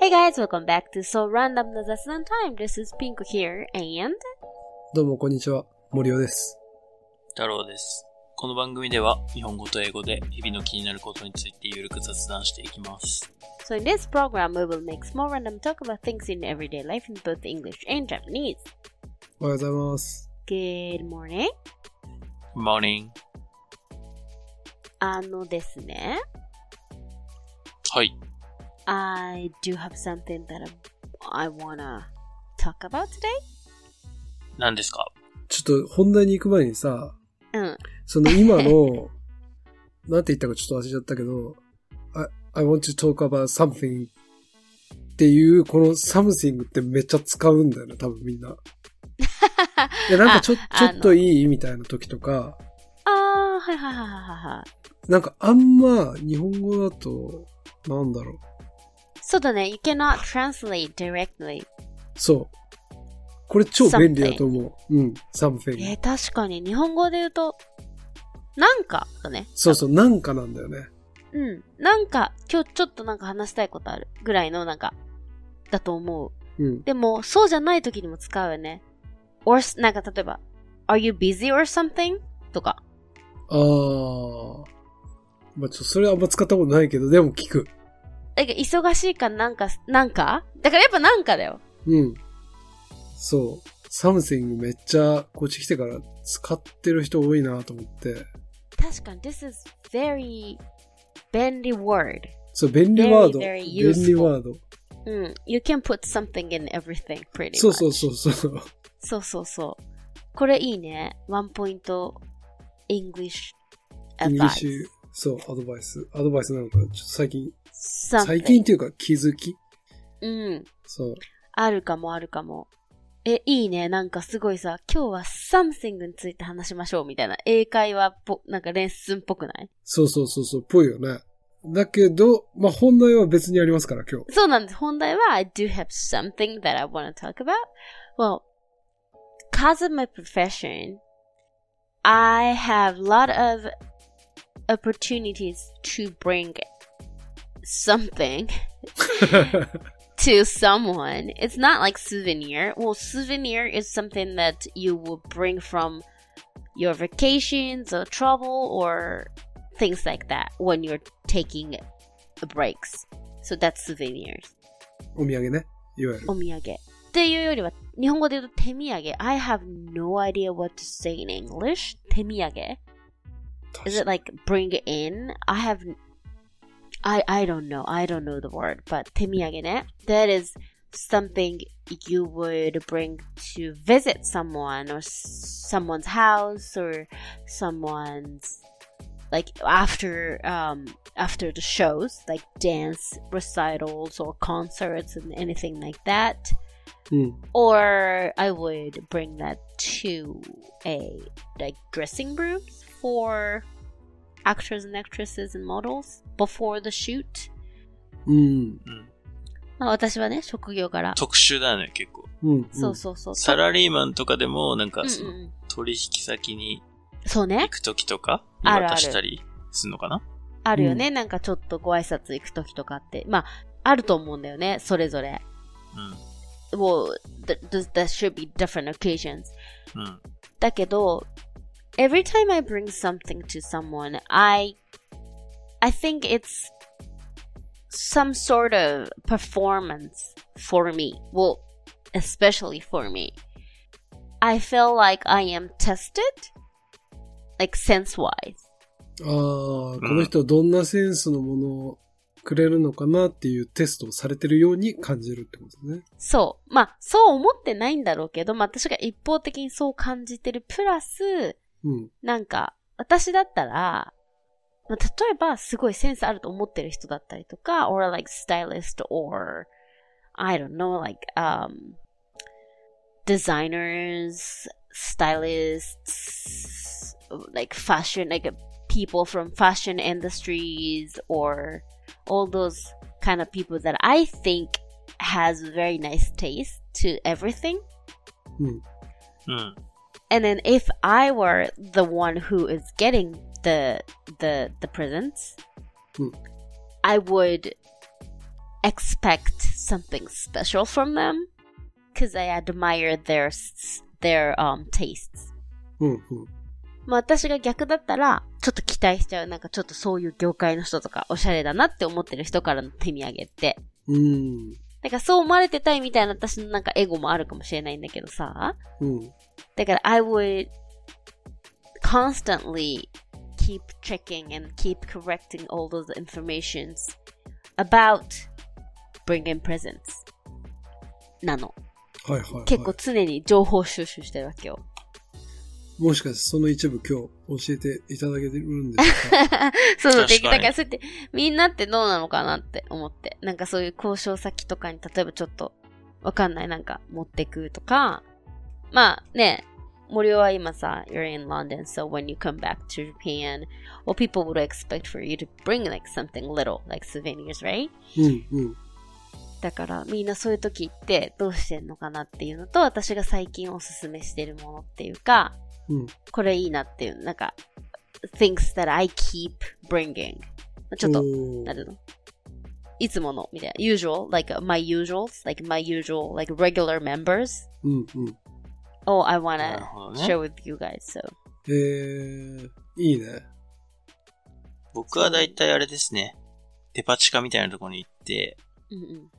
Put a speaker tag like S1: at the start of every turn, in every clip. S1: Hey guys, welcome back to So Random の雑談 Time. This is Pink here and
S2: どうも、こんにちは。森尾です。
S3: 太郎です。この番組では日本語と英語で日々の気になることについてゆるく雑談していきます。
S1: so in this program we will make small random talk about things in everyday life in both English and Japanese.
S2: おはようございます。
S1: Good morning.
S3: Morning.
S1: あのですね、
S3: はい。
S1: I do have something that I wanna talk about today.
S3: 何ですか
S2: ちょっと本題に行く前にさ、
S1: うん。
S2: その今 の、なんて言ったかちょっと忘れちゃったけど、I, I want to talk about something っていう、この something ってめっちゃ使うんだよね、多分みんな。いや、なんかちょ、ち
S1: あ
S2: ょ
S1: あの
S2: っといいみたいな時とか、
S1: あー、はいはいはいはいはいはい。
S2: なんかあんま日本語だと、なんだろう。
S1: そうだね、you cannot translate directly.
S2: そう。これ超便利だと思う。うん、
S1: え
S2: something。
S1: ー、Eh, 確かに日本語で言うと、なんかだね。
S2: そうそう、なんかなんだよね。
S1: うん。なんか、今日ちょっとなんか話したいことあるぐらいのなんか、だと思う。
S2: うん。
S1: でも、そうじゃない時にも使うよね。or, なんか例えば、are you busy or something? とか。
S2: ああ。まあ、ちょ、それはあんま使ったことないけど、でも聞く。
S1: なんか、忙しいかなんか、なんかだからやっぱなんかだよ。
S2: うん。そう。サムシングめっちゃ、こっち来てから使ってる人多いなと思って。
S1: 確かに、this is very 便利 word.
S2: そう、便利ワード。
S1: Very, very
S2: 便
S1: useful
S2: 利ワード。
S1: うん。you can put something in everything, pretty much.
S2: そうそうそう そう。
S1: そうそうそう。これいいね。ワンポイント、English
S2: イングリッ
S1: advice.
S2: シュ、そう、アドバイス。アドバイスなのか、ちょっと最近、
S1: Something.
S2: 最近っていうか気づき
S1: うん。
S2: そう。
S1: あるかもあるかも。え、いいね。なんかすごいさ、今日は something について話しましょうみたいな。英会話っぽ、なんかレッスンっぽくない
S2: そうそうそうそう、ぽいよね。だけど、まあ、本題は別にありますから、 今日。
S1: そうなんです。本題は、I do have something that I want to talk about. Well, cause of my profession, I have a lot of opportunities to bring something to someone. It's not like souvenir. Well, souvenir is something that you will bring from your vacations or travel or things like that when you're taking breaks. So that's souvenirs.
S2: お土産ね。いわゆる。
S1: お土産。っていうよりは、日本語で言うと手土産。I have no idea what to say in English. 手土産 Is it like bring it in? I have, I I don't know. I don't know the word, but 手土産ね That is something you would bring to visit someone or s- someone's house or someone's like after um after the shows like dance recitals or concerts and anything like that
S2: うん。
S1: or I would bring that to a like dressing rooms for actors and actresses and models before the shoot.
S2: うん。
S3: うん。
S1: まあ私はね、職業から。
S3: 特殊だね、結構。
S2: うん。
S1: そうそうそう。
S3: サラリーマンとかでも、なん
S1: う
S3: か、そ
S1: んう
S3: の、
S1: んうん。
S3: 取引先に
S1: そう
S3: 行
S1: ね。
S3: くときとか、に
S1: あるある
S3: 渡したりするのかな
S1: あるよね。なんかちょっとご挨拶行く時とかって。まあ、あると思うんだよね。それぞれ。Well, th- th- there should be different occasions.
S3: うん。うん。
S1: だけど、every time I bring something to someone, I, I think it's some sort of performance for me. Well, especially for me. I feel like I am tested, like sense wise.
S2: ああ、この人はどんなセンスのものをくれるのかなっていうテストをされてるように感じるってことね。
S1: そう。まあ、そう思ってないんだろうけど、まあ、私が一方的にそう感じてる。プラス、
S2: うん。
S1: なんか、私だったら、まあ、例えば、すごいセンスあると思ってる人だったりとか、or like stylist, or, I don't know, like, um, designers, stylists, like fashion, like people from fashion industries, or all those kind of people that I think has very nice taste to everything.
S3: うん。
S1: And then if I were the one who is getting the the the presents,
S2: Hmm.
S1: I would expect something special from them because I admire their s- their um tastes.
S2: うん、うん。
S1: まあ私が逆だったら、ちょっと期待しちゃう。なんかちょっとそういう業界の人とか、おしゃれだなって思ってる人からの手土産って。
S2: うん。
S1: だからそう思われてたいみたいな私のなんかエゴもあるかもしれないんだけどさ。
S2: うん。
S1: だから I would constantly keep checking and keep correcting all those informations about bringing presents なの。
S2: はいはい、はい。
S1: 結構常に情報収集してるわけよ。
S2: もしかしてその一部今日教えていただけてるん ですか
S1: そうそう、で
S3: 確か
S1: だ
S3: に
S1: からそうやって、みんなってどうなのかなって思って。なんかそういう交渉先とかに、例えばちょっと、わかんない、なんか持ってくとか、まあね、森尾は今さ、you're in London, so when you come back to Japan, well, people would expect for you to bring like something little, like souvenirs, right?
S2: うん、うん。
S1: だからみんなそういう時ってどうしてんのかなっていうのと、私が最近おすすめしてるものっていうか、
S2: うん。
S1: これいいなっていう、なんか、things that I keep bringing. ちょっと、
S2: おー
S1: なるのいつものみたいな。usual, like my usuals, like my usual, like regular members.
S2: うん、うん。
S1: Oh, I
S3: なる
S1: wanna
S3: ほどね。
S1: share with you guys, so.
S2: えー、いいね。
S3: 僕はだいたいあれですね。デパ地下みたいなとこに行って、
S1: うん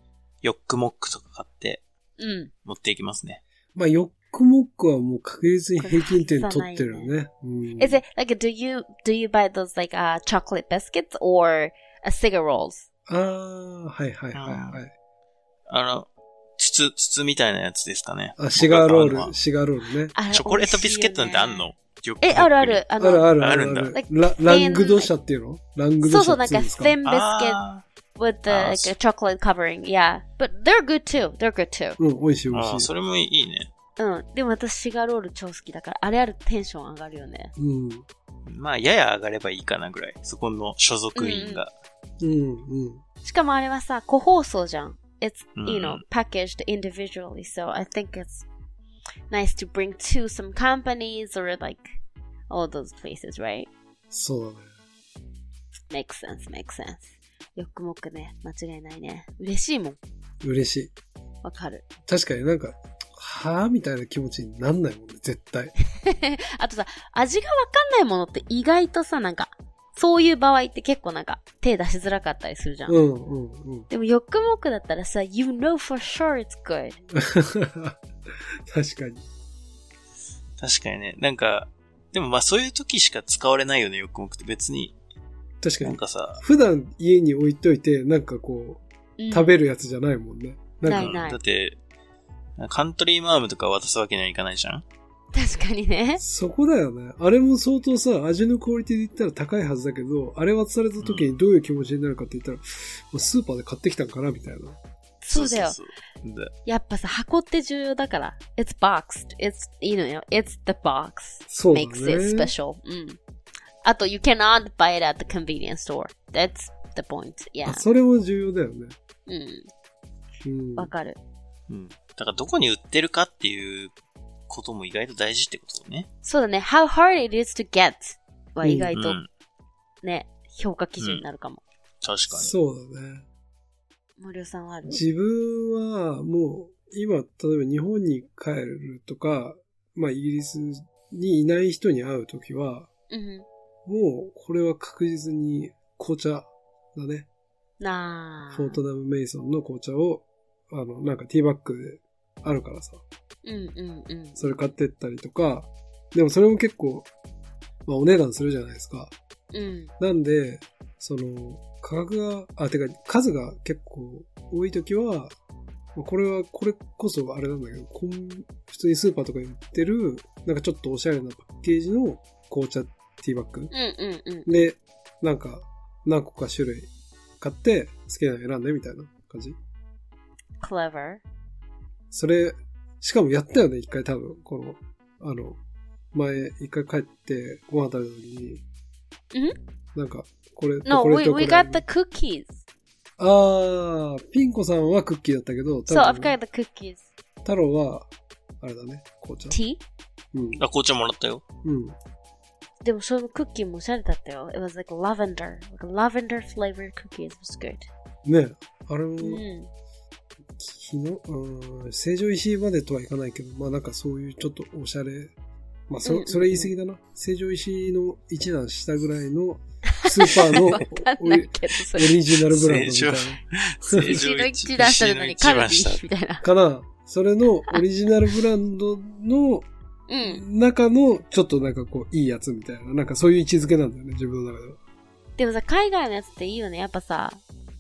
S3: ヨックモックとか買って
S1: うん。うん。
S3: 持っていきますね。
S2: まあ、ヨックモックはもう確実に平均点取ってるね。うん。
S1: Is it, like, do you, do you buy those, like, uh, chocolate biscuits or uh, cigar rolls?
S2: ああ、はいはいはいはい。
S3: あの、筒、筒みたいなやつですかね。
S2: あ、シガーロ
S3: 僕が買うの
S2: ー
S3: は
S2: ル、シガーロールね。
S1: あれ
S3: チョコレートビスケットなんてあんのヨックモック
S1: 美味しいよね
S3: に
S1: え、あるある。あ
S2: あ
S1: の、
S2: るあるあ
S3: あるん
S2: る
S3: だ
S2: ある
S1: Like
S2: ラ。ラングド社っていうのラング
S1: そう
S2: ド社
S1: そう、
S2: っ
S1: なん
S2: てい
S1: か、
S2: うんですか
S1: thin biscuit
S3: あ
S1: with the,
S3: あー
S1: like, a chocolate covering. Yeah. But they're good too. They're good too.
S2: うん、美味しい
S3: ー
S2: 美
S3: あー、
S2: 味しい。
S3: それもいいね。
S1: うん。でも私、シガーロール超好きだから、あれあるとテンション上がるよね。
S2: うん。
S3: まあ、やや上がればいいかなぐらい。そこの所属員が。
S2: うん、うん。
S1: しかもあれはさ、個包装じゃん。It's,
S3: うん
S1: you know, packaged individually, so I think it's nice to bring to some companies or like all those places, right?
S2: そうだ
S1: Makes
S2: ね。
S1: sense, makes sense. よくもくね、間違いないね。嬉しいもん。
S2: 嬉しい。
S1: わかる。
S2: 確かになんか、はぁみたいな気持ちになんないもんね、絶 対。
S1: あとさ、味がわかんないものって意外とさ、なんか、そういう場合って結構なんか、手出しづらかったりするじゃん。
S2: うん、うん、うん。
S1: でも、よくもくだったらさ、you know for sure it's good.
S2: 確かに。
S3: 確かにね。なんか、でもまあそういう時しか使われないよね、ヨックモックって。別に、
S2: 確か
S3: なん
S2: に。
S3: かさ、
S2: 普段家に置いといて、なんかこ
S1: うん
S2: う、食べるやつじゃないもんね。な
S1: なんい
S2: か、
S1: ない
S3: だって、カントリーマームとか渡すわけにはいかないじゃん
S1: 確かにね。
S2: そこだよね。あれも相当さ、味のクオリティで言ったら高いはずだけど、あれ渡された時にどういう気持ちになるかって言ったら、もうスーパーで買ってきたんかなみたいな。
S1: そうだよ。
S3: そうそうそうだ
S1: やっぱさ、箱って重要だから。It's boxed. It's, you know, it's the box.
S2: そうだね。
S1: Makes it special. うん。あと、you cannot buy it at the convenience store. That's the point. Yeah.
S2: あ、それも重要だよね。
S1: うん。
S2: うん。
S1: わかる。
S3: うん。だからどこに売ってるかっていうことも意外と大事ってことだね。
S1: そうだね。how hard it is to get は
S2: うん
S1: 意外
S3: う
S1: と
S3: ん。
S1: ね、評価基準になるかも。
S3: 確かに。
S2: そうだね。
S1: 森尾さんはある
S2: 自分はもう今、例えば日本に帰るとか、まあイギリスにいない人に会うときは、
S1: うん。
S2: もうこれは確実に紅茶だね。
S1: なあ。
S2: フォートナム・メイソンの紅茶を、あの、なんかティーバッグであるからさ、
S1: うんうんうん。
S2: それ買ってったりとか、でもそれも結構、まあお値段するじゃないですか。
S1: うん。
S2: なんで、その、価格が、あ、てか、数が結構多いときは、まあこれは、これこそあれなんだけど、こん普通にスーパーとかに売ってる、なんかちょっとおしゃれなパッケージの紅茶ティーバッグ
S1: うんうんうん。
S2: で、なんか、何個か種類買って、好きなの選んでみたいな感じ。
S1: clever.
S2: それ、しかもやったよね、一回多分。この、あの、前、一回帰ってご飯食べた時に。
S1: ん
S2: なんか、これ、
S1: No,
S2: これ
S1: we,
S2: とこ
S1: we
S2: れ。
S1: got the cookies.
S2: あー、ピンコさんはクッキーだったけど、
S1: So
S2: 多
S1: I've
S2: 分
S1: got the cookies.
S2: 太郎は、あれだね、紅茶。
S1: Tea?
S2: うん。
S3: あ、紅茶もらっ たよ。
S2: うん。
S1: でもそのクッキーもおしゃれだったよ。It was like lavender. Like lavender flavored cookies was good.
S2: ねあれ
S1: う
S2: も、
S1: ん。
S2: 日の、うん、成城石井までとはいかないけど、まあなんかそういうちょっとおしゃれ、ま
S1: う
S2: あ
S1: んうんう
S2: そ
S1: ん
S2: それ言い過ぎだな。成城石井の一段下ぐらいの スーパーの
S1: わかん
S2: お
S1: ない
S2: オ
S1: けど、そ れ。
S2: リジナルブランドみたい
S3: 成
S2: な。
S1: うちの一出したのにカルビーみたいな。
S2: かなそれのオリジナルブランドの
S1: うん。
S2: 中のちょっとなんかこういいやつみたいな、なんかそういう位置づけなんだよね、自分の中では。
S1: でもさ、海外のやつっていいよね。やっぱさ、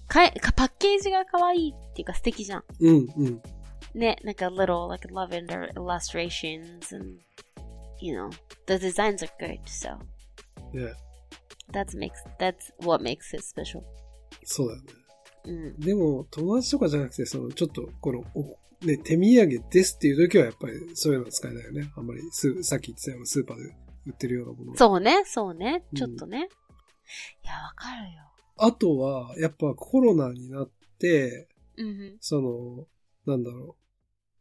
S1: かいパッケージが可愛いっていうか素敵じゃん。
S2: うんうん。
S1: ね、なんか little, like lavender illustrations and, you know, the designs are good, so
S2: ね
S1: that's makes, that's what makes it special.
S2: そうだよね。
S1: うん。
S2: でも友達とかじゃなくて、そのちょっとこの、おね、手土産ですっていう時はやっぱりそういうのは使えないよね。あんまりスー、さっき言ってたようなスーパーで売ってるようなもの。
S1: そうね、そうね
S2: う、ん
S1: ちょっとね。いや、わかるよ。
S2: あとは、やっぱコロナになって、
S1: うん
S2: その、なんだろう。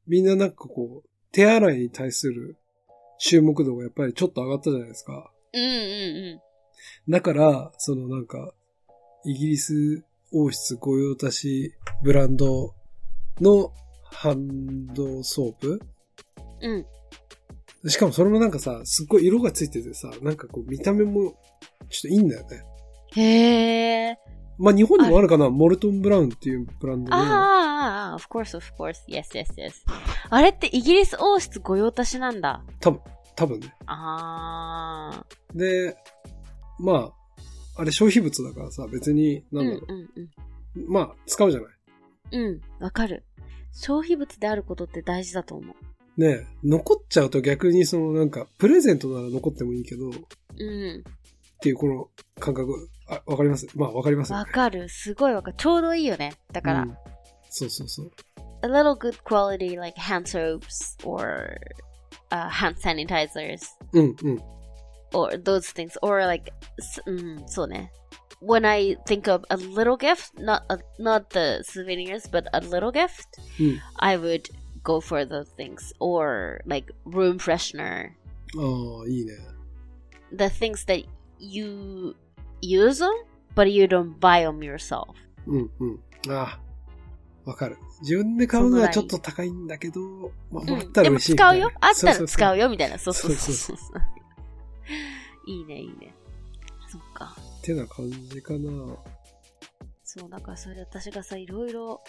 S2: みんななんかこう、手洗いに対する注目度がやっぱりちょっと上がったじゃないですか。
S1: うん。うんうん
S2: だから、そのなんか、イギリス王室御用達ブランドのハンドソープ
S1: うん。うん。
S2: しかもそれもなんかさ、すっごい色がついててさ、なんかこう見た目もちょっといいんだよね。
S1: へー。
S2: まあ日本にもあるかな、モルトンブラウンっていうブランドの。
S1: ああ、of course, of course. Yes, yes, yes. あれってイギリス王室御用達なんだ。
S2: 多分、多分ね。
S1: ああ。
S2: で、まあ、あれ消費物だからさ、別に、
S1: う
S2: なんん
S1: う
S2: だろ
S1: んうん。
S2: う、まあ、使うじゃない。
S1: うん、わかる。消費物であることって大事だと思う。
S2: ねえ残っちゃうと逆にそのなんか、プレゼントなら残ってもいいけど、
S1: う
S2: っ
S1: ん。
S2: ていうこの感覚、あ、わかりますまあわかりますよ
S1: わかる。すごいわかる。ちょうどいいよね。だから、
S2: うんそうそうそう。
S1: a little good quality like hand soaps or、uh, hand sanitizers
S2: うんうん。
S1: or those things or like, s- うん、そうね。When I think of a little gift, not a, not the souvenirs, but a little gift,
S2: うん。
S1: I would go for those things or like room freshener,
S2: ああ、いいね。
S1: the things that you use them, but you don't buy them yourself.
S2: うんうん。ああ、わかる。自分で買うのはちょっと高いんだけど、まあ、もらったら
S1: でも
S2: 嬉し
S1: 使
S2: いみた
S1: う
S2: いな
S1: よ。あったら使う
S2: よ。
S1: よみたいな。そうそう
S2: そ
S1: そうう
S2: そ
S1: そう。 いいね、いいね。そっか。
S2: ってな感じかな。
S1: そう、だからそれで私がさ、いろいろ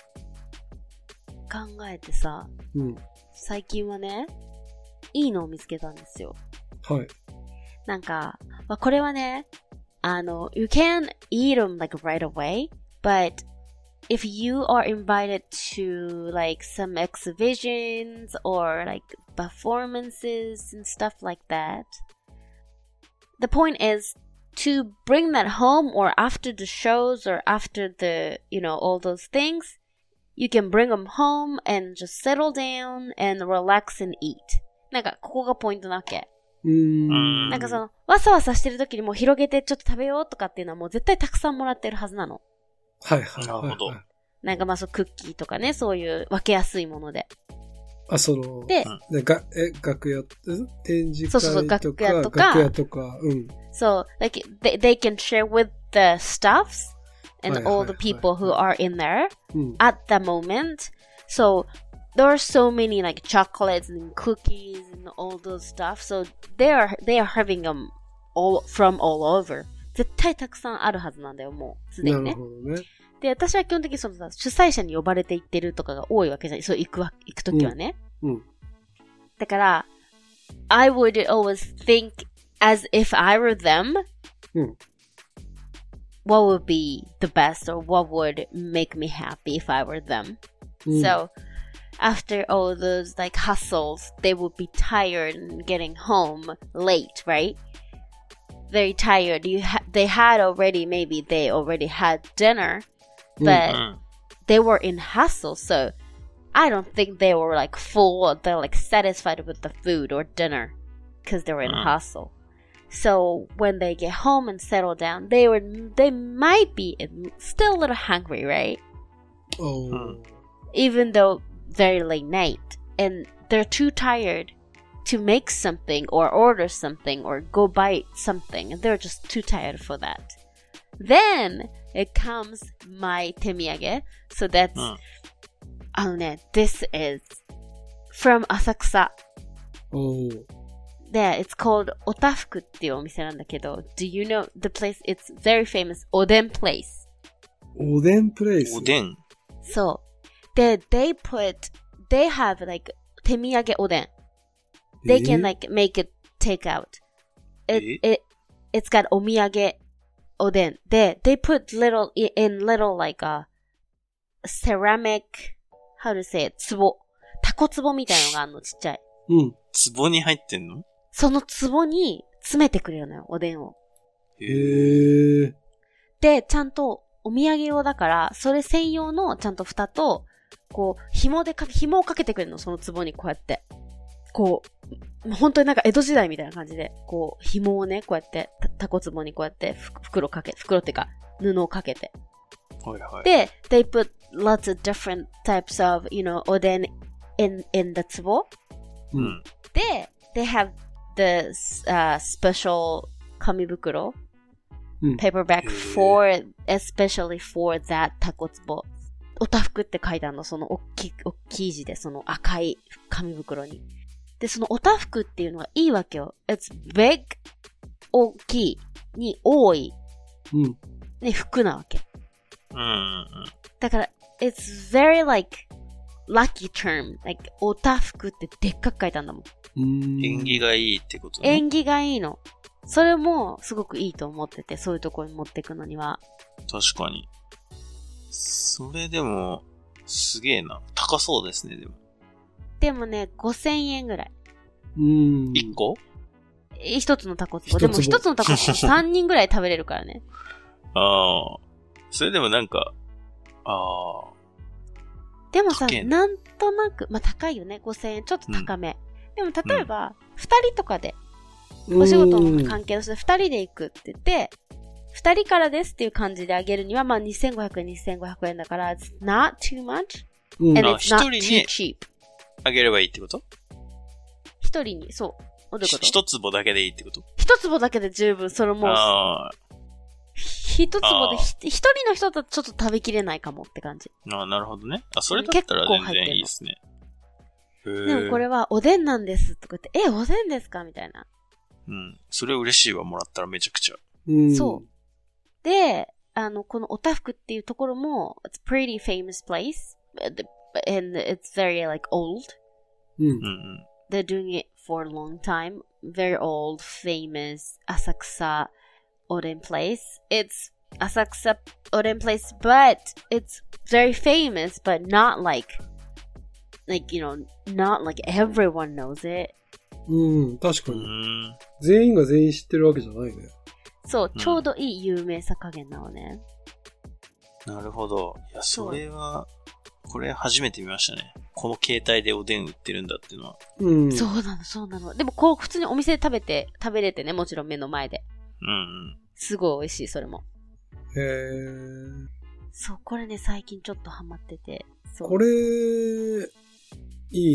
S1: 考えてさ、
S2: うん。
S1: 最近はね、いいのを見つけたんですよ。
S2: はい。
S1: なんか、まあ、これはね、あの、you can eat them like right away, but if you are invited to like some exhibitions or like performances and stuff like that, the point is to bring that home or after the shows or after the, you know, all those things, you can bring them home and just settle down and relax and eat. なんか、ここがポイントなわけ。
S2: うーん。
S1: なんかその、わさわさしてる時にもう広げてちょっと食べようとかっていうのはもう絶対たくさんもらってるはずなの。
S2: はいはいはい、はい。
S3: なるほど
S1: なんかまあそうクッキーとかね、そういう分けやすいもので。
S2: あ、その、
S1: で、
S3: うん
S2: ねがえ楽屋、ん展示会とか、
S1: そうそうそう楽屋とか
S2: 楽屋とか、うん。
S1: So, like, they, they can share with the staffs and
S2: はいはい
S1: all the people who are in there
S2: うん。
S1: at the moment. So, there are so many like chocolates and cookies and all those stuff. So, they are, they are having them all from all over. 絶対たくさんあるはずなんだよ、もう。すで
S2: な
S1: にね
S2: る。ほどね。
S1: で、私は基本的にそのさ、主催者に呼ばれて行ってるとかが多いわけじゃない。そう、行くわ、行くときはね。
S2: うん。
S1: だから、I would always think as if I were them,
S2: うん。
S1: what would be the best or what would make me happy if I were them.
S2: うん、
S1: So, after all those like hustles, they would be tired and getting home late, right? Very tired. You ha- they had already maybe they already had dinner,
S2: うん
S1: but
S3: うん。
S1: they were in hustle, so I don't think they were like full or they're like satisfied with the food or dinner because they were in
S3: Mm.
S1: hustle. So when they get home and settle down, they were they might be still a little hungry, right?
S2: おー
S3: うん
S1: Even though very late night and they're too tired to make something or order something or go buy something. They're just too tired for that.
S3: Uh-huh.
S1: Then it comes my temiyage. So that's
S3: うん。
S1: あのね、this is from 浅草。
S2: おー。
S1: で、it's called おたふくっていうお店なんだけど、do you know the place? It's very famous おでん place.
S2: おでんプレイス。
S3: おでん。
S1: そう。で、they put, they have like 手土産おでん。
S2: えー
S1: They can like make it take out. It,
S3: え
S1: it, it's got お土産おでん。で、they put little, in little like a ceramic, how to say it, 壺。タコ壺みたいのがあるの、ちっちゃい。
S2: うん。
S3: 壺に入ってんの
S1: その壺に詰めてくれるのよ、おでんを。
S3: へ
S2: へえ。
S1: で、ちゃんとお土産用だから、それ専用のちゃんと蓋と、こう、紐でかけ、紐をかけてくれるの、その壺にこうやって。こう、本当になんか江戸時代みたいな感じで、こう、紐をね、こうやって、たタコ壺にこうやって、ふ袋かけ、袋っていうか、布をかけて。
S3: はいはい。
S1: で、they put lots of different types of, you know, おでん in, in the 壺。
S3: う
S2: うんん。
S1: で、they have the、uh, special 紙袋、
S2: うん
S1: paperback
S3: へー
S1: for, especially for that タコツボ。おたふくって書いてあるの、そのおっきい、おっきい字で、その赤い紙袋に。で、そのおたふくっていうのはいいわけよ。it's big, 大きい、に多い、
S2: うん。
S1: ね、服なわけ。
S3: うんうんうん。
S1: だから、it's very like, lucky term. Like, おたふくってでっかく書いてあるんだもん。
S2: うーん。
S3: 縁起がいいってことね。
S1: 縁起がいいの。それもすごくいいと思ってて、そういうところに持っていくのには。
S3: 確かに。それでも、すげえな。高そうですね、でも。
S1: でもね、5000円ぐらい。
S2: うん。
S3: 1個
S1: え一つのタコツボ。
S2: 一つ
S1: で
S2: も
S1: も一つのタコツボ 3人ぐらい食べれるからね。
S3: ああ。それでもなんか、ああ。
S1: でもさ
S3: 高え、
S1: な
S3: な
S1: んとなく、まあ高いよね、5000円。ちょっと高め。でも例えば、2人とかで、お仕事の関係として2人で行くって言って、2人からですっていう感じであげるには、まあ2500円、2500円だから、it's not too much
S2: うん。
S1: and
S3: あ
S1: it's not
S3: 一人に
S1: too cheap.
S3: あげればいいってこと
S1: 1人に、そう。どういうこと
S3: 一坪だけでいいってこと
S1: 一坪だけで十分、それもう
S3: あ
S1: 一つもで
S3: あー
S1: ひ一人の人だとちょっと食べきれないかもって感じ。
S3: ーあー、なるほどね。あ、それだったら
S1: 結構入
S3: 全
S1: ってんの
S3: 然いいですね。へ
S1: で
S3: え。
S1: もこれはおでんなんですとか言って、え、おでんですかみたいな。
S3: うん。それ嬉しいわ、もらったらめちゃくちゃ。
S2: うん。
S1: そで、あの、このおたふくっていうところも、it's a pretty famous place, but- and it's very like old.
S2: う。う
S3: う
S2: ん。
S3: んうん。
S1: They're doing it for a long time. Very old, famous Asakusa Oden place. It's Asakusa Oden place, but it's very famous, but not like, like you know, not like everyone knows it.
S2: うん。確
S3: う
S2: かに。
S3: ーん。
S2: 全員が全員知ってるわけじゃないね。
S1: そう、
S3: うん
S1: ちょうどいい有名さ加減なのね。
S3: なるほど。いや、
S1: そう
S3: それは、これ初めて見ましたね。この携帯でおでん売ってるんだっていうのは。
S2: うん。
S1: そうなの、そうなの。でも、こう、普通にお店で食べて、食べれてね、もちろん目の前で。
S3: うんうん。
S1: すごい美味しい、それも。
S2: へー
S1: そう、これね、最近ちょっとハマってて。そう
S2: これ、い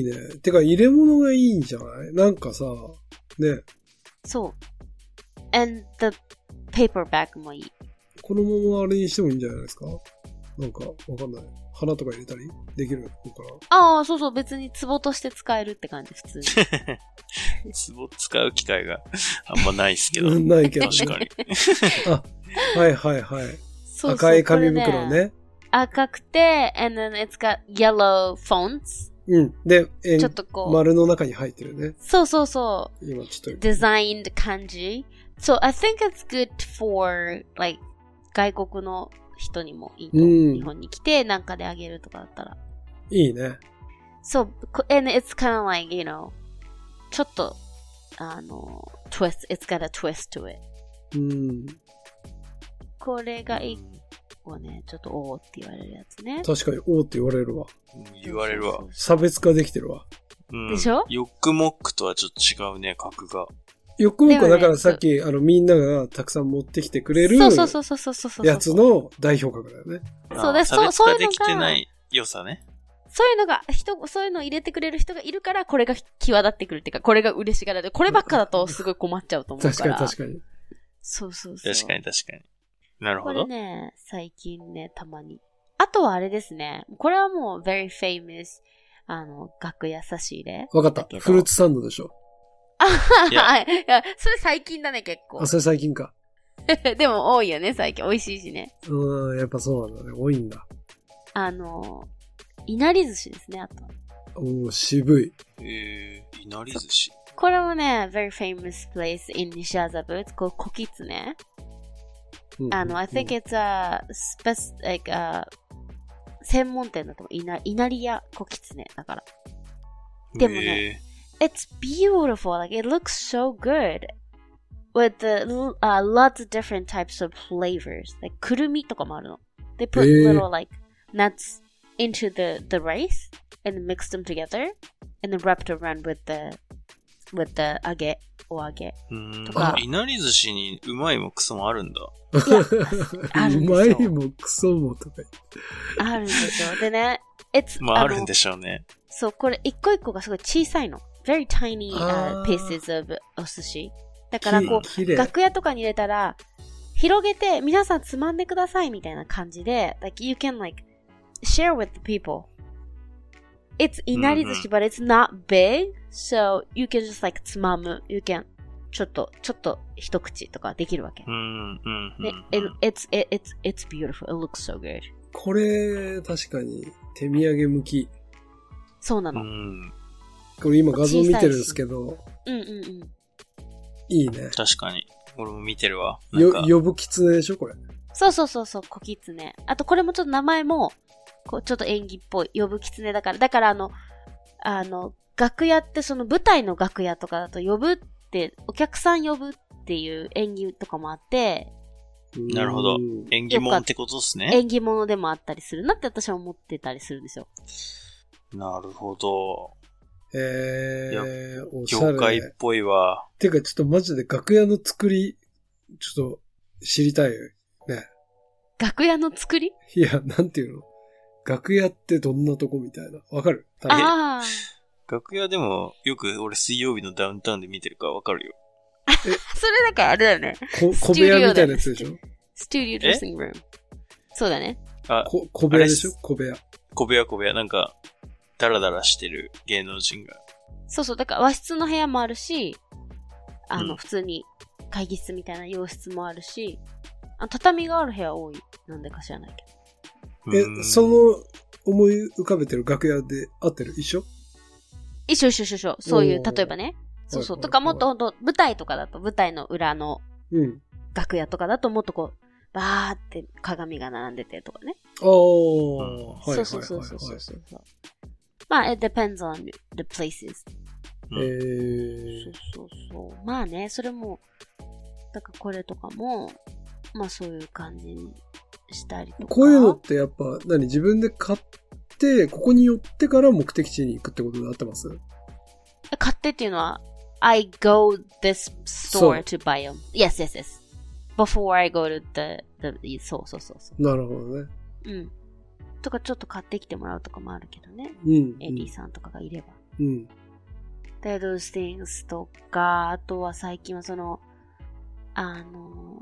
S2: いね。てか、入れ物がいいんじゃないなんかさ、ね、
S1: そう。and the paperback もいい。
S2: このままあれにしてもいいんじゃないですかなんか、わかんない。花とか入れたりできるのか
S1: ああ、そうそう、別に壺として使えるって感じ、普通 に。
S3: 壺使う機会が あんまないですけ ど。
S2: な
S3: 確
S2: ないけどね。
S3: かに。
S2: はいはいはい。
S1: そうそう
S2: 赤い紙
S1: こ
S2: 袋
S1: れ
S2: ね。
S1: 赤くて、and then it's got yellow fonts.
S2: うん。で、え
S1: ちょっとこう、
S2: 丸の中に入ってるね。
S1: そうそうそう。
S2: 今ちょっと。
S1: designed kanji. So I think it's good for like 外国の人にもいいと、
S2: うん
S1: 日本に来てなんかであげるとかだったら。
S2: いいね。
S1: So co- and it's kind of like you know ちょっとあの twist. It's got a twist to it.
S2: うん。
S1: これが 一個ねちょっとおーって言われるやつね。
S2: 確かに、おーって言われるわ。
S3: うん言われるわ。
S2: 差別化できてるわ。
S3: うん
S1: でしょ
S3: ヨックモックとはちょっと違うね、格が。
S2: よくも
S1: でも
S2: く
S1: ね
S2: だからさっき、あの、みんながたくさん持ってきてくれる
S1: そうそうそうそうそうそうそう。
S2: やつの代表格だよね。
S1: そう
S3: あー
S1: で
S3: 差
S1: そう
S3: 別
S1: そういう
S3: 化
S1: の
S3: で
S1: が
S3: きてない良さね。
S1: そういうのが、人、そういうのを入れてくれる人がいるから、これが際立ってくるっていうか、これが嬉しがられる。こればっかだとすごい困っちゃうと思うから。
S2: 確かに確かに。
S1: そうそうそう。
S3: 確かに確かに。なる
S1: こ
S3: ほ
S1: れ
S3: ど。
S1: ね、最近ね、たまにあとはあれですね。これはもう very famous あの、学優しいで。
S2: わかっ
S1: だけ
S2: た。
S1: ど
S2: フルーツサンドでしょ。
S3: いや
S1: はい。いや、それ最近だね、結構
S2: あ、。それ最近か。
S1: でも多いよね、最近。美味しいしね。
S2: うーん、やっぱそうなんだね。多いんだ。
S1: あの、いなり寿司ですね、あと。
S2: おー、渋い。
S3: えー、いなり寿司。
S1: これもね、very famous place in 西麻布。It's called コキツね。
S2: うん
S1: あの、I think it's a spec, like a 専門店だと思う。いな、いなり屋、コキツね。だから。でもね
S3: え
S1: It's beautiful. Like it looks so good. With the, l- uh, lots of different types of flavors. Like くるみとかもあるの。They put
S2: へー
S1: little like nuts into the, the rice and mix them together and then wrapped around with the with the 揚げお揚げ。
S3: ーうん
S1: とか
S3: いなり寿司にうまいもクソもあるんだ。
S1: いやある
S2: うんん
S1: で
S2: う
S1: すよ
S2: まいもクソもとか言って。
S1: あるんですよ。でね、it's
S3: まあ、あ
S1: の
S3: るんでしょうね。
S1: そう、これ一個一個がすごい小さいの。very tiny uh,
S2: あー
S1: pieces of お寿司。だからこう、
S2: きれい。
S1: 楽屋とかに入れたら、広げて、皆さんつまんでくださいみたいな感じで、like, you can like, share with the people. It's いなり寿司、but it's not big, so you can just like つまむ。You can, ちょっと、ちょっと一口とかできるわけ
S3: う。ん、うん、う
S1: で
S3: ん。
S1: it- it's, it- it's, it's beautiful. It looks so good.
S2: これ、確かに、手土産向き。
S1: そうな
S3: う
S1: の。うん
S3: ん、
S2: これ今画像見てるんですけど、
S1: うんうん。
S2: いいね。
S3: 確かに。俺も見てるわ。なん
S2: よ、
S3: か、
S2: 呼ぶきつねでしょこれ。
S1: そうそうそうそう、小狐あとこれもちょっと名前も、こうちょっと演技っぽい、呼ぶ狐だから。だからあの、あの、楽屋ってその舞台の楽屋とかだと呼ぶって、お客さん呼ぶっていう演技とかもあって、
S3: なるほど
S2: うん
S3: 縁起物ってことですね。
S1: 演技ものでもあったりするなって私は思ってたりするんですよ。
S3: なるほど。
S2: えー、おしゃ
S3: 業界
S2: れ
S3: っ。ぽいわ。
S2: てか、ちょっとマジで楽屋の作り、ちょっと知りたいよ。
S1: 楽屋の作り
S2: いや、なんていうの楽屋ってどんなとこみたいな。わかる多分
S1: ああ。
S3: 楽屋でも、よく俺水曜日のダウンタウンで見てるからわかるよ。
S1: それだからあれだよね。
S2: こ小部屋みたいなやつでしょ
S1: スタジオ
S3: え
S1: dressing room。そうだね。
S3: あ、
S2: こ小部屋でしょ
S3: あれ
S2: 小部屋。
S3: 小部屋小部屋、なんか、ダラダラしてる芸能人が。
S1: そうそう、だから和室の部屋もあるし、あの、
S3: うん
S1: 普通に会議室みたいな洋室もあるし、あ畳がある部屋多い。なんでか知らないけど。
S2: え
S3: う、ん
S2: そ、の思い浮かべてる楽屋で合ってる一緒
S1: 一緒一緒一緒一緒。そういう、
S2: おー
S1: 例えばね。そうそう。
S2: はいはいは
S1: とかも
S2: い
S1: っとほんと、舞台とかだと、舞台の裏の
S2: うん。
S1: 楽屋とかだともっとこう、バーって鏡が並んでてとかね。
S2: ああ、はいはいはい、はい。
S1: そうそうそうそうそうそう。まあ、it depends on the places.
S3: うん
S1: そ
S2: えー
S1: う、そうそう。まあね、それも、だからこれとかも、まあそういう感じにしたりとか。
S2: こういうのってやっぱ、何自分で買って、ここに寄ってから目的地に行くってことで合ってます
S1: え買ってっていうのは、I go this
S2: そう
S1: store to buy them. Yes, yes, yes. Before I go to the, the そうそうそうそ
S2: なるほどね。
S1: う。うん。とかちょっと買ってきてもらうとかもあるけどね。
S2: うん。
S1: エディさんとかがいれば。
S2: うん。
S1: で、those things とか、あとは最近はその、あの、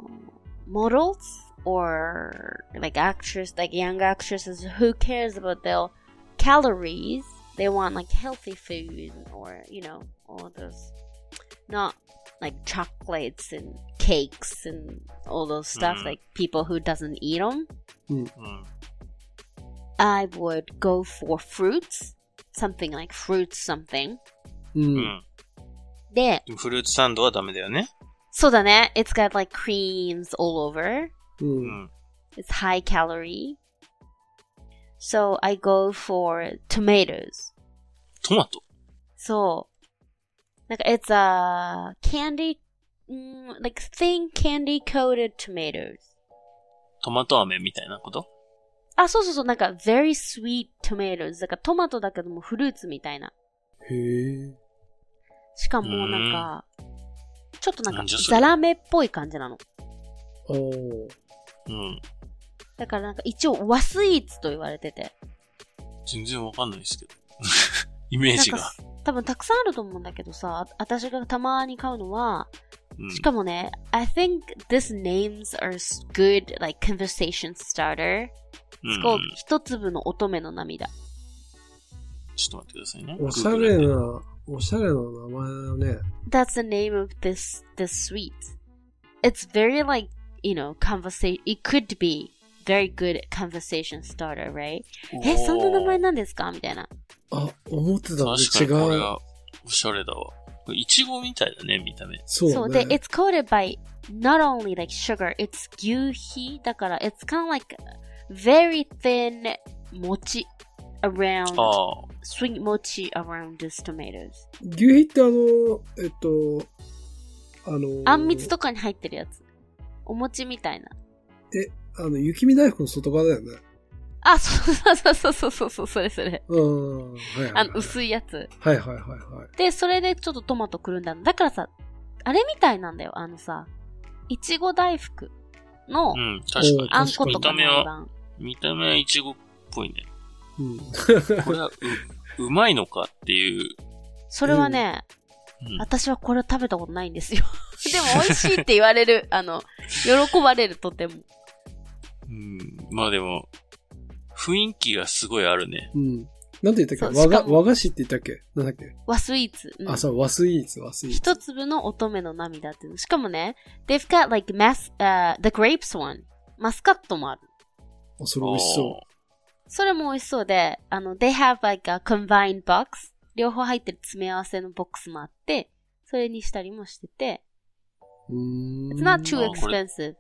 S1: models or like actresses, like young actresses who cares about their calories. They want like healthy food or, you know, all those, not like chocolates and cakes and all those stuff,
S3: Mhm.
S1: like people who doesn't eat them.
S3: うん。
S1: I would go for fruits, something like fruits something.
S2: う。
S3: うんん。
S1: で、
S3: でもフルーツサンドはダメだよね。
S1: そうだね。It's got like creams all over.
S2: う。
S3: うんん。
S1: It's high calorie. So I go for tomatoes.
S3: トマト。
S1: そう。なんか it's a candy, mm, like thin candy coated tomatoes.
S3: トマト飴みたいなこと
S1: あ、そうそうそう。なんか very sweet tomatoes. だからトマトだけどもフルーツみたいな。
S2: へえ。
S1: しかもなんか、ちょっとな
S3: なんん
S1: か
S3: じゃそ
S1: ザ
S3: れ
S1: ラメっぽい感じなの。
S2: あー
S3: うん。
S1: だからなんか一応和スイーツと言われてて。
S3: 全然わかんないですけど。イメージが。
S1: なんか多分たくさんあると思うんだけどさ、あ私がたまに買うのは、
S3: うん
S1: しかもね、I think this names are s- good like conversation starter.
S3: うん
S1: こう、一粒の乙女の涙。
S3: ちょっと待ってくださいね。
S2: おしゃれな、おしゃれな名前だね。
S1: That's the name of this this sweet. It's very like you know conversation. It could be very good conversation starter, right? え、そんな名前
S3: な
S1: なんですかみたいな。
S2: あ、思ってたの
S3: 確
S2: と
S3: かにこれ
S2: 違う。
S3: はおしゃれだわ。これいちごみたいだね、見た目。
S2: そ
S1: そうう
S2: ね
S1: で、。it's coated by not only like sugar, it's 牛皮だから、it's kind of like very thin 餅 around
S3: ああ、
S1: sweet 餅 around these tomatoes.
S2: 牛皮ってあの、えっと、あの、
S1: あんみつとかに入ってるやつ。お餅みたいな。
S2: あの、雪見大福の外側だよね。
S1: あ、そうそうそうそうそうそう、それそれ。
S2: うん。はいはい、は
S1: あ
S2: い
S1: の、。薄いやつ。
S2: はいはいはいはい。
S1: で、それでちょっとトマトくるんだの。だからさ、あれみたいなんだよ、あのさ、いちご大福の
S3: うん、確かに。
S1: あんことか
S3: 見た
S1: の
S3: 目
S1: 値
S3: は、
S1: 段。
S3: 見た目はいちごっぽいね。
S2: うん。
S3: これはう、うまいのかっていう。
S1: それはね、
S3: うん
S1: 私はこれを食べたことないんですよ。 でも美味しいって言われる、あの、喜ばれるとても。
S3: うん、まあでも、雰囲気がすごいあるね。
S2: うん。なんて言ったっ
S1: そ
S2: け
S1: う
S2: 和
S1: しか
S2: が
S1: も
S2: 和菓子って言ったっけなんだっけ、
S1: 和スイーツ。うん
S2: あ、そう、和スイーツ、和スイーツ。
S1: 一粒の乙女の涙っていうの。しかもね、they've got like mas,、uh, the grapes one. マスカットもある。
S2: あそれ美味しそ
S1: それも美味しそうで、あの、they have like a combined box. 両方入ってる詰め合わせのボックスもあって、それにしたりもしてて、
S2: う。うーん。
S1: it's not too
S3: あこれ
S1: expensive.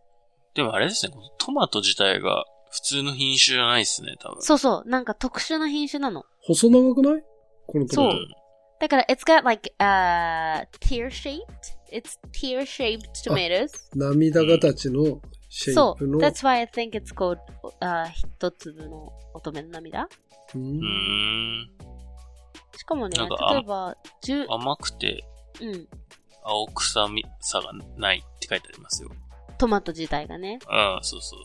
S3: でもあれですね、このトマト自体が普通の品種じゃないですね、多分。
S1: そうそう、なんか特殊な品種なの。
S2: 細長くないこのト
S1: そう
S2: マト。
S1: だから、it's got like, uh, tear shaped. It's tear shaped tomatoes.
S2: 涙形のシェイ
S1: そ
S2: プ
S1: う。
S2: の。
S1: That's why I think it's called, uh, 一粒の乙女の涙。
S2: う
S3: うー
S2: ん。
S3: ん。
S1: しかもね、
S3: なんかあ
S1: 例えば、十、
S3: 甘くて
S1: うん、
S3: 青臭みさがないって書いてありますよ。
S1: トマト自体がね、
S3: ああ、そうそう。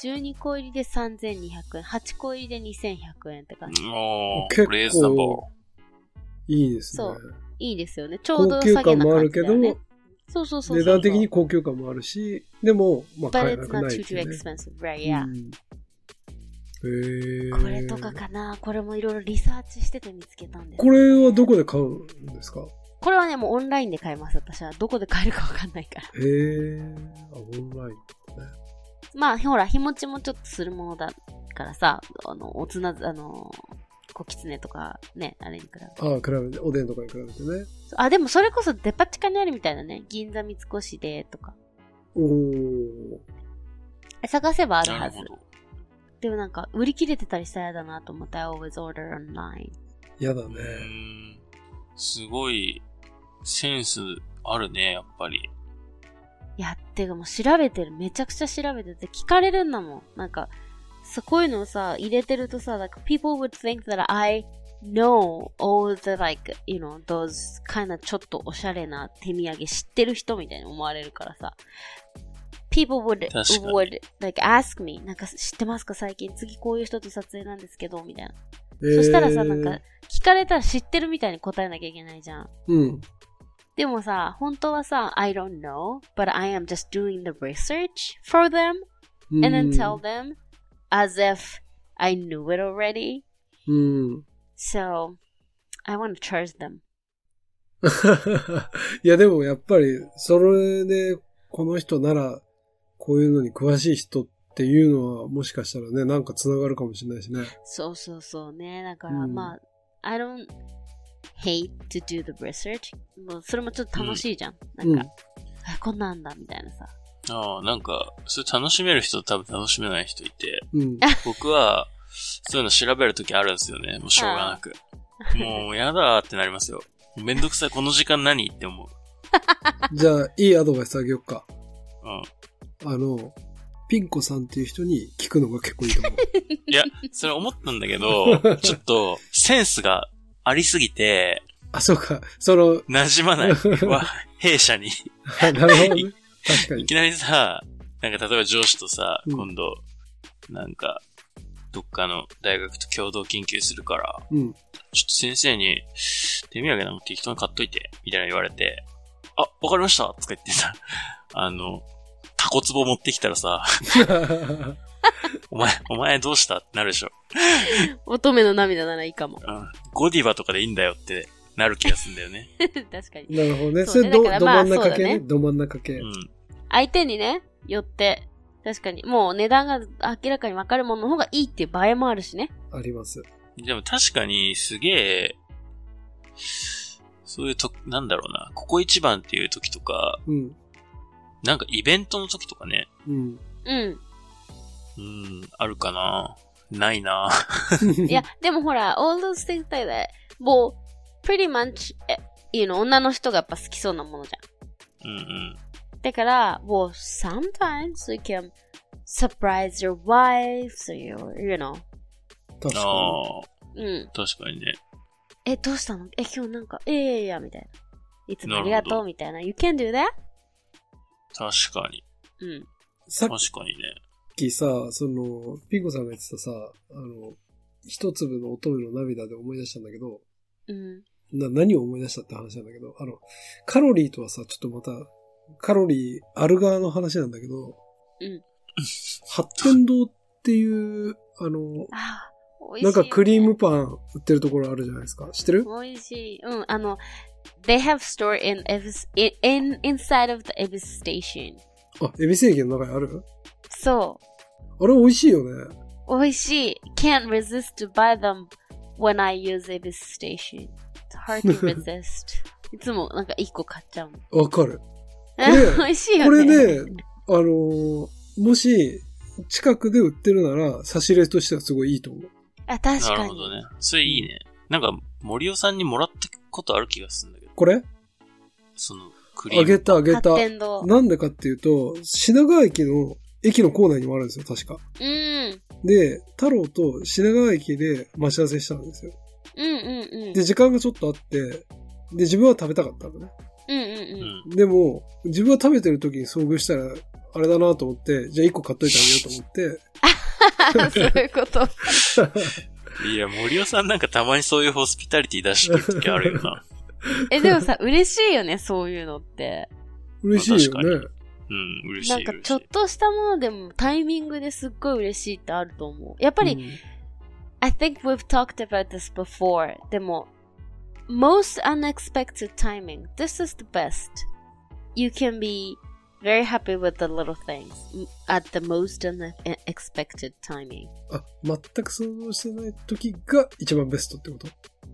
S1: 12個入りで3200円、8個入りで2100円って感じ。
S3: お
S2: 結
S3: ー、
S2: 構
S3: レーズナブル。
S2: いいですね。
S1: そういいですよね。ちょうど
S2: 高
S1: 良
S2: 級
S1: さげ
S2: 感
S1: な
S2: もあ
S1: 感
S2: る
S1: じだ
S2: け
S1: よ
S2: ど、
S1: ね。そうそうそうそう。
S2: 値段的に高級感もあるし、でも、まあ、買
S1: But
S2: えな
S1: it's
S2: くな
S1: not
S2: い
S1: too
S2: ってい
S1: too
S2: うね。
S1: expensive, right? Yeah.
S2: うんへえ。
S1: これとか。かなこれもいろいろリサーチしてて見つけたんですけ
S2: こ
S1: どね、
S2: れはどこで買うんですか
S1: これはね、もうオンラインで買います、私は。どこで買えるかわかんないから。
S2: へえ。あ、オンライン。
S1: まあ、ほら、日持ちもちょっとするものだからさ、あの、おつな、あの、小狐とかね、あれに比べて。
S2: ああ、比べて、おでんとかに比べてね。
S1: あ、でもそれこそデパ地下にあるみたいだね。銀座三越でとか。
S2: おー。
S1: 探せばある
S3: な
S1: は
S3: る
S1: ず
S3: ほ。ど。
S1: でもなんか、売り切れてたりしたら嫌だなと思って、I always order online.
S2: やだ
S3: う
S2: ね。
S3: ーん。すごい、センスあるね、やっぱり。
S1: いや、てかもう調べてる。めちゃくちゃ調べてて、聞かれるんだもん。なんか、そうこういうのをさ、入れてるとさ、like, people would think that I know all the like, you know, those kind of ちょっとおしゃれな手土産知ってる人みたいに思われるからさ。People would,
S3: 確かに
S1: would, like, ask me, なんか知ってますか最近次こういう人と撮影なんですけど、みたいな。
S2: えー
S1: そしたらさ、なんか、、聞かれたら知ってるみたいに答えなきゃいけないじゃん。
S2: うん。
S1: でもさ、本当はさ、I don't know, but I am just doing the research for them
S2: うん
S1: and then tell them as if I knew it already.
S2: うん。
S1: So, I want to charge them.
S2: いや、でもやっぱり、それで、この人なら、こういうのに詳しい人っていうのは、もしかしたらね、なんか繋がるかもしれないしね。
S1: そうそうそうね。だか
S2: う
S1: ら
S2: ん
S1: まあ、I don't hate to do the research. もうそれもちょっと楽しいじゃん。
S2: うん
S1: なんか、あこんなんだみたいなさ。
S3: ああ、なんか、それ楽しめる人と多分楽しめない人いて、
S2: うん。
S3: 僕は、そういうの調べるときあるんですよね。もうしょうがなく。もう、やだーってなりますよ。めんどくさい、この時間何って思う。
S2: じゃあ、いいアドバイスあげよっか。
S3: うん。
S2: あの、ピンコさんっていう人に聞くのが結構いいと思う。
S3: いや、それ思ったんだ けど、 ちょっと、センスがありすぎて、
S2: あ、そうか。その、
S3: 馴染まない。わ、弊社に。
S2: あなるほどね。確か
S3: い
S2: に。
S3: きなりさ、なんか例えば上司とさ、
S2: うん
S3: 今度、なんか、どっかの大学と共同研究するから、
S2: うん。
S3: ちょっと先生に、手土産なんか適当に買っといて、みたいな言われて、あ、わかりましたとか言ってさ、 あの、タコ壺持ってきたらさ、 お前、お前どうしたってなるでしょ。
S1: 乙女の涙ならいいかも。
S3: うん。ゴディバとかでいいんだよってなる気がするんだよね。
S1: 確かに。
S2: なるほどね。そ
S1: そうね
S2: れど、
S1: だから
S2: ど
S1: まあ
S2: 真ん中
S1: そ
S2: 系
S1: うだ
S2: ね。
S1: ね
S2: ど真ん中系
S3: う。ん。
S1: 相手にね、よって、確かに、もう値段が明らかに分かるものの方がいいっていう場合もあるしね。
S2: あります。
S3: でも確かにすげえ、そういうと、なんだろうな、ここ一番っていう時とか、
S2: うん。
S3: なんかイベントの時とかね、
S2: うん。
S1: うん。
S3: うん、あるかなないな
S1: いや、でもほら、all those things like that, もう、pretty much, え、you know, 女の人がやっぱ好きそうなものじゃん。
S3: うんうん。
S1: だから、もう、sometimes you can surprise your wife, so you, you know.
S2: 確か
S3: ああ、
S1: うん。
S3: 確かにね。
S1: え、どうしたのえ、今日なんか、えいやいや、みたいな。いつもあり
S3: な
S1: が
S3: るほ
S1: と
S3: ど
S1: う、みたいな。You can do that?
S3: 確かに。
S1: うん。
S2: に。さっ
S3: 確かにね。
S2: きさ、その、ピンコさんが言ってたさ、あの、一粒の乙女の涙で思い出したんだけど、
S1: うん。
S2: な、何を思い出したって話なんだけど、あの、カロリーとはさ、ちょっとまた、カロリーある側の話なんだけど、
S1: うん。
S2: 発展堂っていう、あの、
S1: あー、美味
S2: な
S1: しいよ
S2: んか
S1: ね、
S2: クリームパン売ってるところあるじゃないですか。知ってる
S1: 美味しい。うん、あの、they have store in, Evis- in, in inside of the Evis station.
S2: あ、エビス駅の中にある
S1: そう。
S2: あれ美味しいよね。
S1: 美味しい。Can't resist to buy them when I use Ibis Station. It's hard to resist. いつもなんか一個買っちゃうもん。
S2: わかる。れ
S1: 美味しいよね。
S2: これね、あのーもし、近くで売ってるなら、差し入れとしてはすごいいいと思う。
S1: あ、確
S3: な
S1: か
S3: る
S1: に。
S3: ほどね。それいいね。なんか、森尾さんにもらったことある気がするんだけど、
S2: これ
S3: その、クリー
S2: あ
S3: ム。
S2: げたあげた
S1: 発。展堂。
S2: なんでかっていうと、品川駅の、駅の構内にもあるんですよ、確か。
S1: うん。
S2: で、太郎と品川駅で待ち合わせしたんですよ。
S1: うんうんうん。
S2: で、時間がちょっとあって、で、自分は食べたかったのね。
S1: うんう
S3: うん
S1: うん。
S3: ん。
S2: でも、自分は食べてる時に遭遇したら、あれだなと思って、じゃあ1個買っといてあげよ う
S1: そういうこと。
S2: と思って。
S3: いや、森尾さんなんかたまにそういうホスピタリティ出してる時あるよな。
S1: え、でも さ、嬉しいよね、そういうのって。
S2: 嬉しいよ
S3: まあ
S2: ね。
S3: うん、嬉しい。
S1: なんかちょっとしたものでもタイミングですっごい嬉しいってあると思う。やっぱり、
S2: うん
S1: I think we've talked about this before. でも、most unexpected timing. This is the best. You can be very happy with the little things at the most unexpected timing.
S2: あ、全く想像してない時が一番ベストってこと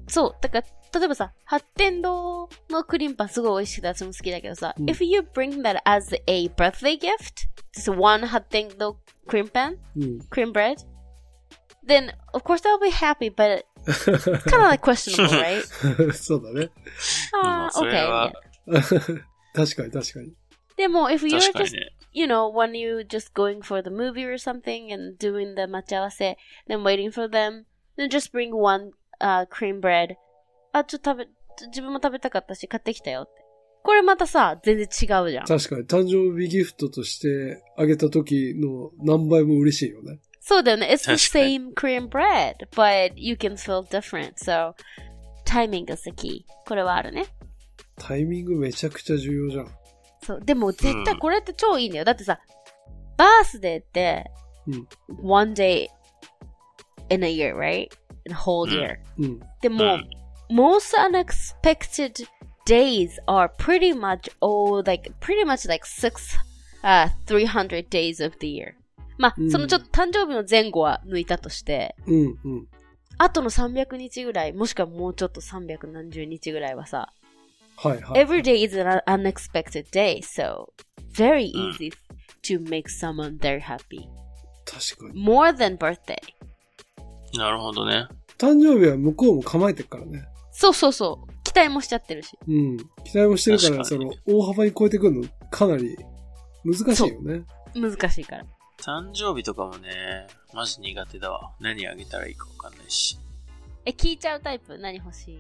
S1: そう。だから、例えばさ、発展堂のクリームパンすごい美味しくて私も好きだけどさ、
S2: うん
S1: If you bring that as a birthday gift, just one 発展堂クリームパン
S2: うん。
S1: cream bread, then of course I'll be happy, but it's kind of like questionable, right?
S2: そうだね。
S1: Ah,
S3: そ
S1: okay.
S3: れは
S1: yeah.
S2: 確かに確かに。
S1: でも、if you're
S3: 確かに
S1: just,
S3: ね。
S1: you know, when you just going for the movie or something and doing the machawase, then waiting for them, then just bring one uh, cream bread. あ、ちょっと食べ、自分も食べたかったし、買ってきたよって。これまたさ、全然違うじゃん。
S2: 確かに誕生日ギフトとしてあげた時の何倍も嬉しいよね。
S1: そうだよね。It's the
S3: 確か
S1: same cream bread, but you can feel different. So, timing is the key. これはあるね。
S2: タイミングめちゃくちゃ重要じゃん。
S1: そう。でも絶
S3: う
S1: 対
S3: ん
S1: これって超いいんだよ。だってさ、バースデーって、
S2: うん。
S1: one day in a year, right? In a whole
S3: うん
S1: year.
S2: うん。
S1: でも、
S3: うん
S1: most unexpected days are pretty much all like pretty much like six uh 300 days of the year まあ、
S2: うん
S1: そのちょっと誕生日の前後は抜いたとして
S2: うん。うん。
S1: あとの300日ぐらいもしくはもうちょっと300何十日ぐらいはさ、
S2: はいはい。
S1: every day is an unexpected day so very easy to make someone very happy
S2: 確かに。
S1: more than birthday
S3: なるほどね。
S2: 誕生日は向こうも構えてるからね。
S1: そうそうそう期待もしちゃってるし
S2: うん。期待もしてるから、そ
S3: 確か
S2: の
S3: に、
S2: 大幅に超えてくるの、かなり、難しいよね。
S1: 難しいから
S3: 誕生日とかもね、マジ苦手だわ。何あげたらいいかわかんないし。
S1: え聞いちゃうタイプ何欲しい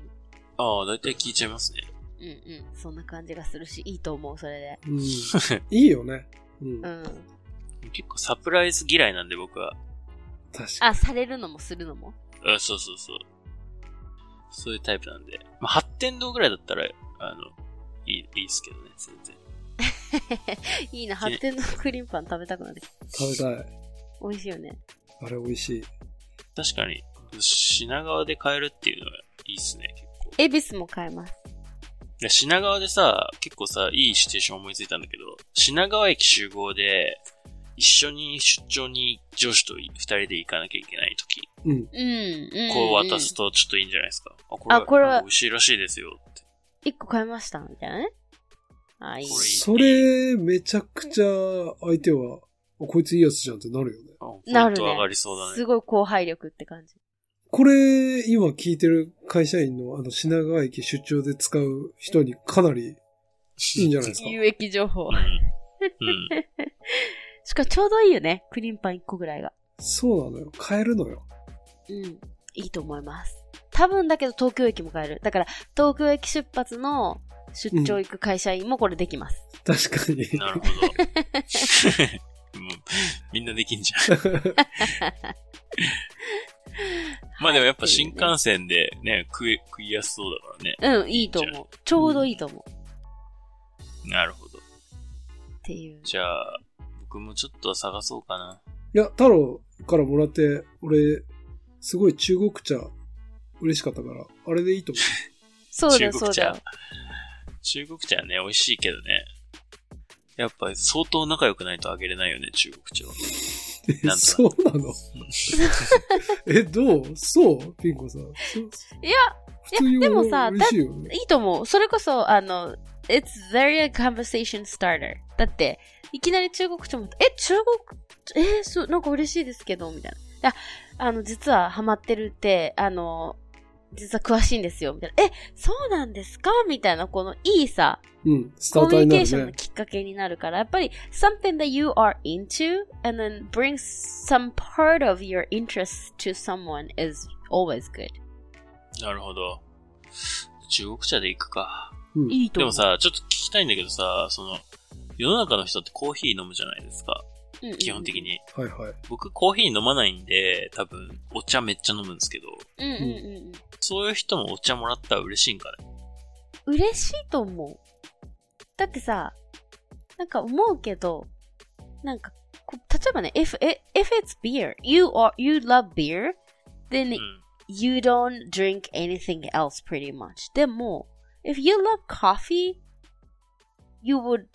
S3: ああ、だいたい聞いちゃいますね。
S1: うんうん、そんな感じがするし、いいと思う、それで。
S2: うん。いいよね。うん
S1: う。ん。
S3: 結構サプライズ嫌いなんで僕は。
S2: 確か
S1: あ、されるのもするのも。
S3: あそうそうそう。そういうタイプなんで。まあ、発展堂ぐらいだったら、あの、いい、いいっすけどね、全然。
S1: いいな、発展のクリームパン食べたくなる。
S2: に。食べたい。
S1: 美味しいよね。
S2: あれ美味しい。
S3: 確かに、品川で買えるっていうのはいいっすね、結構。
S1: 恵比寿も買えます。
S3: いや品川でさ、結構さ、いいシチュエーション思いついたんだけど、品川駅集合で、一緒に出張に上司と二人で行かなきゃいけないとき、
S2: うん。
S1: うん、うん。
S3: こう渡す
S1: ん。
S3: とちょっといいんじゃないですか。あ、こ
S1: あこれは
S3: なんか美味しいらしいですよって。
S1: 一個買いました、みたいなね。あ、いい。
S3: これいい
S2: それ、めちゃくちゃ相手は、あこいついいやつじゃんってなるよね。
S3: あポイン
S1: なる
S3: ト
S1: ね。
S3: 上がりそうだね。
S1: すごい後輩力って感じ。
S2: これ、今聞いてる会社員のあの品川駅出張で使う人にかなりいいんじゃないですか。
S1: 有益情報。
S3: うん。うん。
S1: しかもちょうどいいよね。クリームパン1個ぐらいが。
S2: そうなのよ。買えるのよ。
S1: うん。いいと思います。多分だけど東京駅も買える。だから東京駅出発の出張行く会社員もこれできます。
S2: 確かに。
S3: なるほど。 もうみんなできんじゃん。 まあでもやっぱ新幹線でね、食い、食いやすそうだからね。
S1: うん、いいと思う。ちょうどいいと思う。
S3: なるほど。
S1: っていう。
S3: じゃあ、僕もちょっと探そうかな。
S2: いや、太郎からもらって、俺、すごい中国茶嬉しかったから、あれでいいと思
S1: そうだ
S3: 中
S1: よそ
S3: 国
S1: うだよ
S3: 茶。。中国茶はね、美味しいけどね。やっぱ相当仲良くないとあげれないよね、中国茶は。
S2: う。
S3: なんとなく
S2: そうなの え、どうそうピンコさん。
S1: いや、
S2: 普通に
S1: でもさ
S2: 嬉しいよね。
S1: いいと思う。それこそ、あの、it's very a conversation starter. だって、いきなり中国茶も、え、中国、えーそう、なんか嬉しいですけど、みたいな。いや、あの、実はハマってるって、あの、実は詳しいんですよ、みたいな。え、そうなんですかみたいな、このいいさ、
S2: うん、スタ
S1: コ
S2: ー
S1: ミ
S2: タ
S1: ュ
S2: ー
S1: ニ
S2: に
S1: ケー
S2: な
S1: ション
S2: る
S1: の
S2: ね。
S1: きっかけになるから、やっぱり、something that you are into, and then bring some part of your interest to someone is always good.
S3: なるほど。中国茶で行くか。
S2: うん
S1: いいと
S3: で
S1: 思う。
S3: もさ、ちょっと聞きたいんだけどさ、その、世の中の人ってコーヒー飲むじゃないですか。
S1: うんうん、
S3: 基本的に。
S2: はいはい。
S3: 僕コーヒー飲まないんで、多分お茶めっちゃ飲むんですけど、
S1: うんうんうん
S3: そういう人もお茶もらったら嬉しいんかね。
S1: うん。嬉しいと思う。だってさ、なんか思うけど、なんか、こう例えばね、if, if it's beer, you are, you love beer,
S3: う
S1: then
S3: ん。
S1: you don't drink anything else pretty much. でも、if you love coffee, you would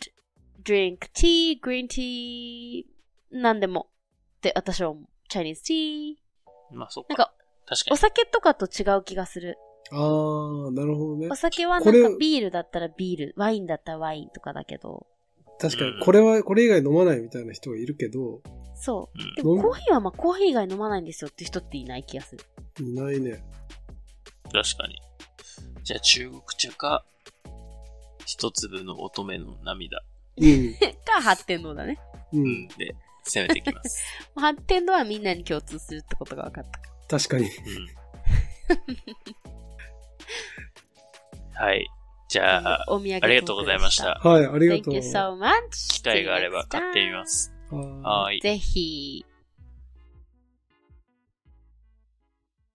S1: drink tea, green tea, なんでも。って私は思う。Chinese tea.
S3: まあそっ
S1: なん
S3: か。
S1: か、
S3: 確か
S1: お
S3: に。
S1: 酒とかと違う気がする。
S2: あー、なるほどね
S1: お。酒はな
S2: こ
S1: ん
S2: れ
S1: かビールだったらビール、ワインだったらワインとかだけど、
S2: 確かに、これは、これ以外飲まないみたいな人がいるけど、
S1: そう
S3: うん。
S1: でも
S2: 飲む
S1: コーヒーはまあコーヒー以外飲まないんですよって人っていない気がす る。
S2: いないね。
S3: 確かに。じゃあ中国茶か、一粒の乙女の涙。
S2: うん。
S1: か、発展堂だね。
S2: う
S3: うんん。。で、攻めていきます。
S1: 発展堂はみんなに共通するってことが分かった。
S2: 確かに。
S3: うん。はい。じゃあ、
S1: お土産
S3: ありがとうございまし。た。
S2: はい、ありがと
S1: Thank
S2: う。
S1: you so much.
S3: 機会があれば買ってみます。
S2: はーい
S3: はーい。
S1: ぜひ。